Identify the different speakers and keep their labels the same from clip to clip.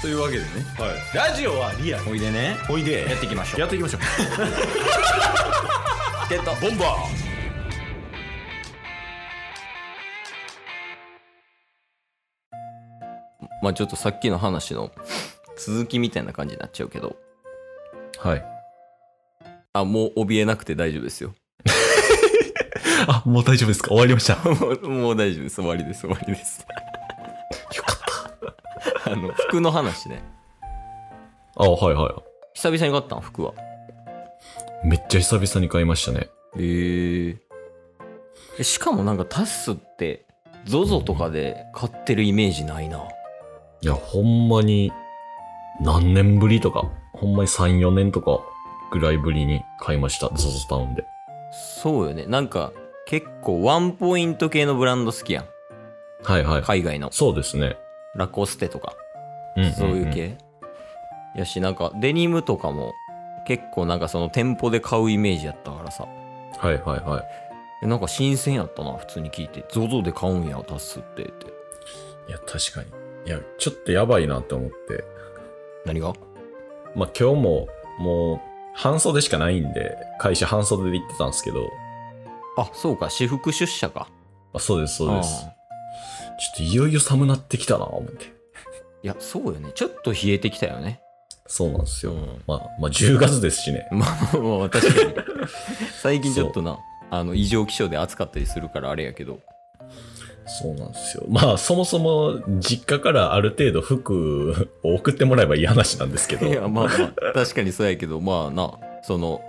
Speaker 1: というわけでね
Speaker 2: はい、ラジオはリアル
Speaker 1: おいでね
Speaker 2: おいで
Speaker 1: やっていきましょう
Speaker 2: やっていきましょう
Speaker 1: ゲット
Speaker 2: ボンバ
Speaker 1: まあちょっとさっきの話の続きみたいな感じになっちゃうけど
Speaker 2: ーはい
Speaker 1: あもう怯えなくて大丈夫ですよ
Speaker 2: あもう大丈夫ですか終わりました
Speaker 1: もうもう大丈夫です終わりです終わりです
Speaker 2: よか っ
Speaker 1: あの服の話ね
Speaker 2: たあはいは
Speaker 1: 久々に買ったん服はい
Speaker 2: めっちゃ久々に買いましたね
Speaker 1: へえしかもなんかタッスって ZOZO とかで買ってるイメージないない
Speaker 2: やほんまに何年ぶりとかほんまに34年とかぐらいぶりに買いました ZOZO タウンで
Speaker 1: そうよねなんか結構ワンポイント系のブランド好きやん
Speaker 2: はいはい、
Speaker 1: 海外の
Speaker 2: そうですね、
Speaker 1: ラコステとか
Speaker 2: うんんん
Speaker 1: そういう系、やしなんかデニムとかも結構なんかその店舗で買うイメージやったからさ
Speaker 2: はいはいはい
Speaker 1: えなんか新鮮やったな普通に聞いて ZOZO で買うんやタスってって
Speaker 2: いや、確かに。いや、ちょっとやばいなって思って。
Speaker 1: 何が
Speaker 2: まあ、今日も、もう、半袖しかないんで、会社半袖で行ってたんですけど、
Speaker 1: あそうか私服出社か
Speaker 2: あそうです、そうです。ちょ
Speaker 1: ああ
Speaker 2: っといよいよ寒なってきたな、思って。
Speaker 1: いやそうよねちょっと冷えてきたよね
Speaker 2: そうなんですよ。
Speaker 1: うん
Speaker 2: まあ、まあ、10月ですしね。
Speaker 1: ま あまあまあ確かに 最近ちょっとなあの異常気象で暑かったりするからあれやけど
Speaker 2: そうなんですよ。まあ、そもそも、実家からある程度服を送ってもらえばいい話なんですけ
Speaker 1: い
Speaker 2: ど。
Speaker 1: やまあまあ 確かにそうやけどまあなその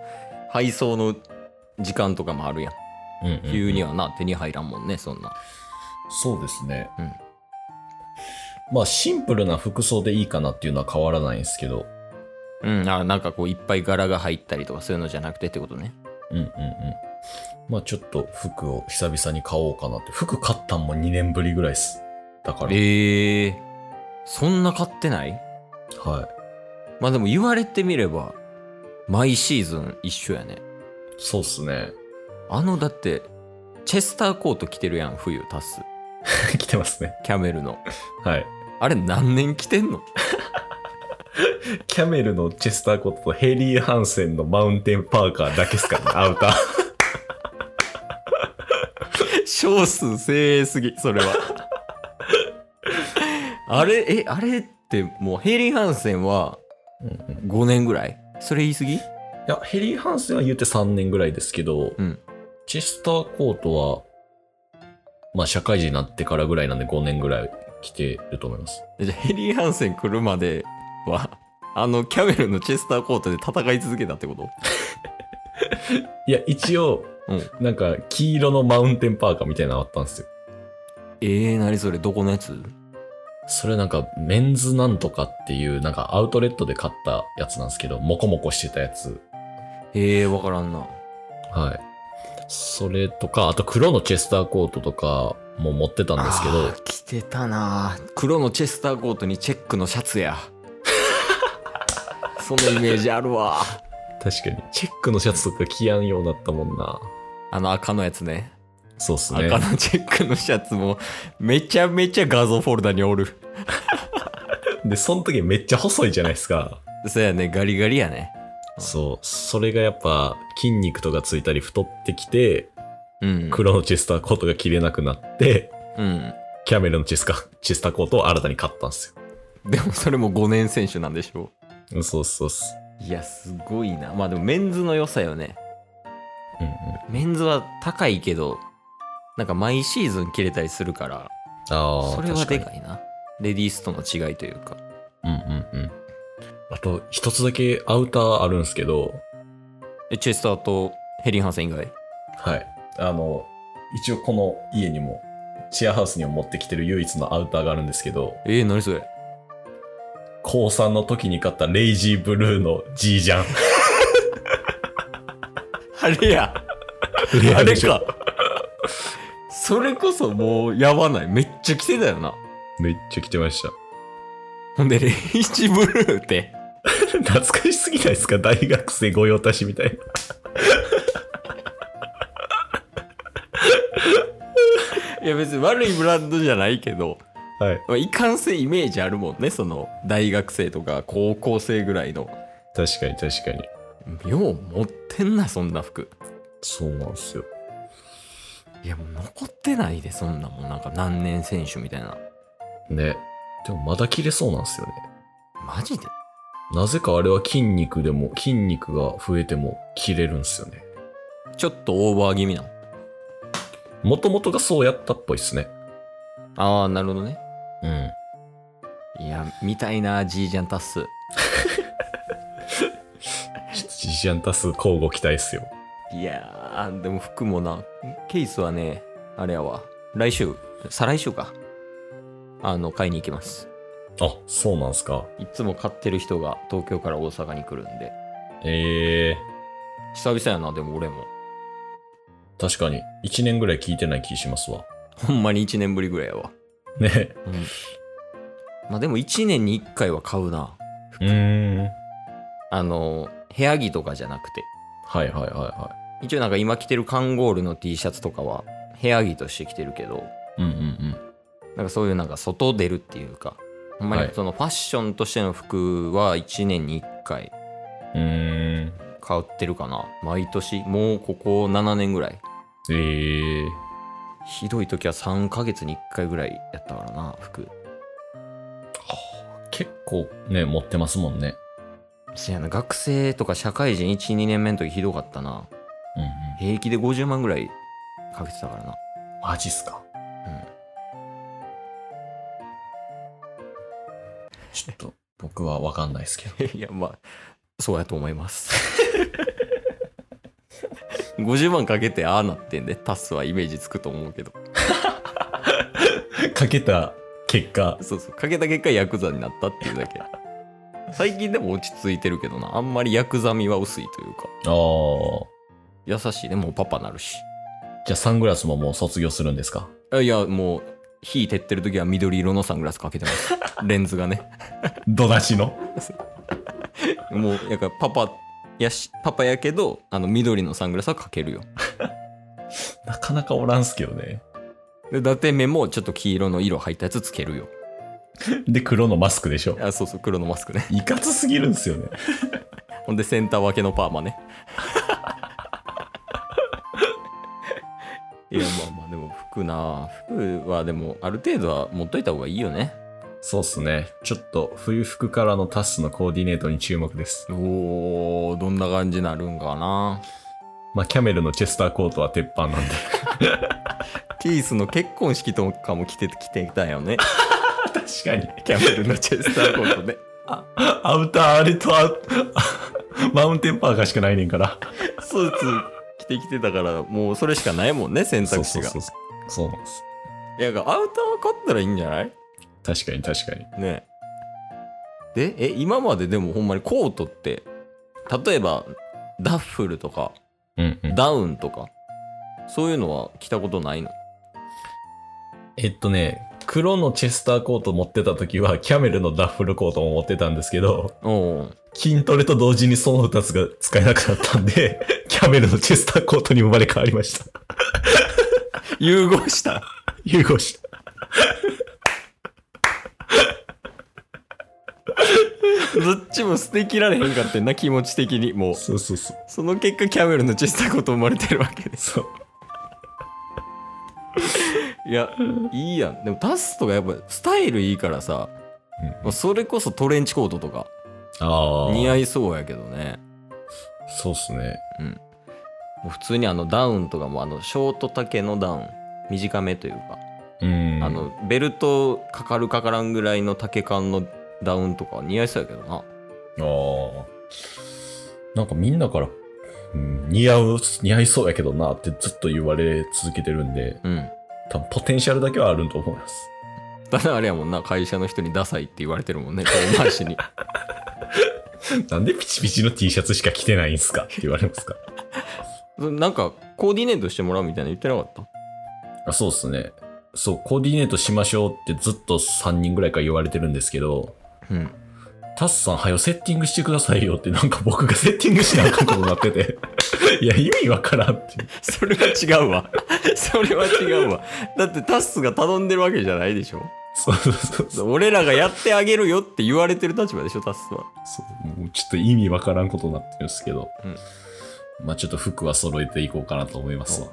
Speaker 1: 配送の時間とかもあるやん
Speaker 2: うんうんうん
Speaker 1: 急にはな手に入らんもんねそんな
Speaker 2: そうですね。
Speaker 1: うん
Speaker 2: まあ、シンプルな服装でいいかなっていうのは変わらないんですけど、
Speaker 1: うんあなんかこういっぱい柄が入ったりとかそういうのじゃなくてってことね
Speaker 2: うんうんうん。まあちょっと服を久々に買おうかなって。服買ったんも2年ぶりぐらいっす。だから。
Speaker 1: ええー、そんな買ってない
Speaker 2: はい。
Speaker 1: まあでも言われてみれば毎シーズン一緒やね
Speaker 2: そうっ すね。
Speaker 1: あのだってチェスターコート着てるやん冬タス
Speaker 2: 来てますね。
Speaker 1: キャメルの
Speaker 2: はい。
Speaker 1: あれ何年着てんの
Speaker 2: キャメルのチェスターコートとヘリー・ハンセンのマウンテンパーカーだけっすからね、アウター。
Speaker 1: 少数精鋭すぎそれは あれえあれってもうヘイリー・ハンセンは
Speaker 2: うんうん、い
Speaker 1: 5年ぐらいそれ言い過ぎ
Speaker 2: や、ヘリー・ハンセンは言うて3年ぐらいですけど、
Speaker 1: うん
Speaker 2: チェスターコートは、まあ社会人になってからぐらいなんで5年ぐらい来てると思います。
Speaker 1: じゃあヘイリー・ハンセン来るまではあのキャメルのチェスターコートで戦い続けたってこと
Speaker 2: いや、一応、
Speaker 1: うん
Speaker 2: なんか黄色のマウンテンパーカーみたいなのあったんですよ。
Speaker 1: えー、何それどこのやつ
Speaker 2: それなんか、メンズなんとかっていう、なんかアウトレットで買ったやつなんですけど、モコモコしてたやつ。
Speaker 1: ええー、わからんな
Speaker 2: はい。それとか、あと黒のチェスターコートとかも持ってたんですけ
Speaker 1: あ
Speaker 2: ど、
Speaker 1: ー着てたな黒のチェスターコートにチェックのシャツ やそのイメージあるわ
Speaker 2: 確かに。チェックのシャツとか着やんようになったもんな。
Speaker 1: あの赤のやつね
Speaker 2: そうっすね。
Speaker 1: 赤のチェックのシャツもめちゃめちゃ画像フォルダにおる
Speaker 2: で、その時めっちゃ細いじゃないですか。
Speaker 1: そうやねガリガリやね
Speaker 2: そう。それがやっぱ、筋肉とかついたり太ってきて、
Speaker 1: うん
Speaker 2: 黒のチェスターコートが着れなくなって、
Speaker 1: うん
Speaker 2: キャメルのチェスカ、チェスターコートを新たに買ったんです
Speaker 1: でもそれも5年選手なんでしょ
Speaker 2: よ。そうそうっす。
Speaker 1: ういやすごいなまあでもメンズの良さよね
Speaker 2: うんうん。
Speaker 1: メンズは高いけどなんか毎シーズン着れたりするから
Speaker 2: ああ、
Speaker 1: それはで
Speaker 2: 確かに
Speaker 1: かいなレディースとの違いというか
Speaker 2: うんうんうん。あと、一つだけアウターあるんですけど、
Speaker 1: えチェスターとヘリンハンセン以外
Speaker 2: はい。あの、一応この家にも、シェアハウスにも持ってきてる唯一のアウターがあるんですけど、
Speaker 1: えー、何それ
Speaker 2: 高3の時に買ったレイジーブルーの G ジャン。
Speaker 1: あれや
Speaker 2: レ
Speaker 1: あ
Speaker 2: ア
Speaker 1: れ
Speaker 2: でしょ
Speaker 1: か。それこそもうやばない。めっちゃ着てたよな。
Speaker 2: めっちゃ着てました。
Speaker 1: ほんで、レイジブルーって。
Speaker 2: 懐かしすぎないですか大学生御用達みたい
Speaker 1: いや別に悪いブランドじゃないけど、
Speaker 2: はい。
Speaker 1: まあいかんせんイメージあるもんねその大学生とか高校生ぐらいの
Speaker 2: 確かに確かに。
Speaker 1: よう持ってんなそんな服
Speaker 2: そうなんですよ。
Speaker 1: いやもう残ってないでそんなもんなんか何年選手みたいな
Speaker 2: ね。でもまだ着れそうなんですよね。
Speaker 1: マジで
Speaker 2: なぜかあれは筋肉でも、筋肉が増えても着れるんですよね。
Speaker 1: ちょっとオーバー気味なの
Speaker 2: もともとがそうやったっぽいっすね。
Speaker 1: ああなるほどね
Speaker 2: うん。
Speaker 1: いや見たいなじいちゃんタッス
Speaker 2: ちょっと自信足す交互期待っすよ。
Speaker 1: いやーでも服もなケースはねあれやわ来週再来週かあの買いに行きます
Speaker 2: あ、そうなんすか。
Speaker 1: いつも買ってる人が東京から大阪に来るんで
Speaker 2: ええ
Speaker 1: 久々やなでも俺も
Speaker 2: ー、確かに1年ぐらい聞いてない気しますわ。
Speaker 1: ほんまに1年ぶりぐらいやわ
Speaker 2: ね。
Speaker 1: うんまあでも1年に1回は買うな
Speaker 2: うーん。
Speaker 1: あの部屋着とかじゃなくて
Speaker 2: はいはいはいは
Speaker 1: 一応なんか今着てるカンゴールの T シャツとかは部屋着として着てるけど
Speaker 2: い。うんうん
Speaker 1: なんかそういうなんか外出るっていうかほんま
Speaker 2: は
Speaker 1: に
Speaker 2: い
Speaker 1: そのファッションとしての服は1年に1回
Speaker 2: うん。うーん。
Speaker 1: 買ってるかな毎年もうここ7年ぐらい
Speaker 2: ええー。
Speaker 1: ひどい時は3ヶ月に1回ぐらいやったからな服
Speaker 2: 結構ね、持ってますもんね。
Speaker 1: せやな学生とか社会人12年目の時ひどかったな
Speaker 2: うんうん。
Speaker 1: 平気で50万ぐらいかけてたからな
Speaker 2: マジっすか。ちょっと僕はわかんないですけど。
Speaker 1: いや、まあ、そうやと思います。50万かけてああなってんで、タスはイメージつくと思うけど。
Speaker 2: かけた結果。
Speaker 1: そうそう、かけた結果、ヤクザになったっていうだけ。最近でも落ち着いてるけどな、あんまりヤクザ味は薄いというか、
Speaker 2: ああ。
Speaker 1: 優しいでもうパパなるし。
Speaker 2: じゃあサングラスももう卒業するんですか
Speaker 1: あいや、もう、火照ってる時は緑色のサングラスかけてます。レンズがね。
Speaker 2: どなしの
Speaker 1: もう、やからパパやし、パパやけど、あの、緑のサングラスはかけるよ。
Speaker 2: なかなかおらんすけどね。
Speaker 1: で、伊達目もちょっと黄色の色入ったやつつけるよ。
Speaker 2: で、黒のマスクでしょ。
Speaker 1: あ、そうそう、黒のマスクね。
Speaker 2: いかつすぎるんすよね。
Speaker 1: ほんでセンター分けのパーマね。 いやまあまあでも服な服はでもある程度は持っといた方がいいよね。
Speaker 2: そうっすね。ちょっと冬服からのタッスのコーディネートに注目です。
Speaker 1: おーどんな感じになるんかな。
Speaker 2: まあ、キャメルのチェスターコートは鉄板なんで。
Speaker 1: キースの結婚式とかも着て着てたよね。
Speaker 2: 確かに。
Speaker 1: キャメルのチェスターコートね。
Speaker 2: アウターあれ とアウマウンテンパーカーしかないねんから。
Speaker 1: スーツ着てきてたからもうそれしかないもんね選択肢が。
Speaker 2: そうそうそう。そうなんです。
Speaker 1: いやだからアウターは買ったらいいんじゃない
Speaker 2: 確かに確かに。
Speaker 1: ねでえ今まででもほんまにコートって例えばダッフルとか
Speaker 2: うん、うん。
Speaker 1: ダウンとかそういうのは着たことないの
Speaker 2: えっとね、黒のチェスターコート持ってた時は、キャメルのダッフルコートも持ってたんですけど、
Speaker 1: おう
Speaker 2: 筋トレと同時にその2つが使えなくなったんで、 キャメルのチェスターコートに生まれ変わりました。
Speaker 1: 融合した
Speaker 2: 融合した。
Speaker 1: どっちも捨てきられへんかってんな気持ち的にもう
Speaker 2: そうそうそう。
Speaker 1: その結果キャメルの小さいこと生まれてるわけです
Speaker 2: そう。
Speaker 1: いやいいやんでもタスとかやっぱスタイルいいからさ
Speaker 2: うん
Speaker 1: もうそれこそトレンチコートとか
Speaker 2: ああ。
Speaker 1: 似合いそうやけどね
Speaker 2: そうっすね。
Speaker 1: もう普通にあのダウンとかもあのショート丈のダウン短めというか
Speaker 2: うん。
Speaker 1: あのベルトかかるかからんぐらいの丈感のダウンとか似合いそうやけどな
Speaker 2: ああ。なんかみんなから、うん似合う、似合いそうやけどなってずっと言われ続けてるんで、
Speaker 1: うん
Speaker 2: 多分ポテンシャルだけはあると思います。
Speaker 1: ただあれやもんな会社の人にダサいって言われてるも んね遠回しに
Speaker 2: なんでピチピチの T シャツしか着てないんすかって言われますか
Speaker 1: そなんかコーディネートしてもらうみたいなの言ってなかった
Speaker 2: あそうっすね。そう、コーディネートしましょうってずっと3人ぐらいから言われてるんですけど、
Speaker 1: うん
Speaker 2: タスさん、はよセッティングしてくださいよってなんか僕がセッティングしなあかんことになって て。いや、意味わからんっていう。
Speaker 1: それは違うわそれは違うわだってタッスが頼んでるわけじゃないでしょ
Speaker 2: そうそうそうそう。
Speaker 1: 俺らがやってあげるよって言われてる立場でしょタスは
Speaker 2: そうもうちょっと意味わからんことになってるんですけど、
Speaker 1: うん
Speaker 2: まあちょっと服は揃えていこうかなと思いますわ。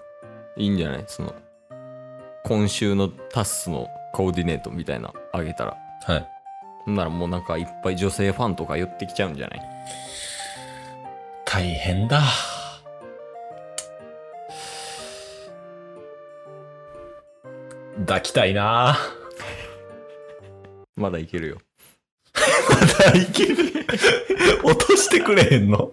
Speaker 1: いいんじゃないその今週のタスのコーディネートみたいなあげたら
Speaker 2: はい。
Speaker 1: ほんならもうなんかいっぱい女性ファンとか寄ってきちゃうんじゃない
Speaker 2: 大変だ。抱きたいな。
Speaker 1: まだいけ るよ
Speaker 2: 抱き 落としてくれへんの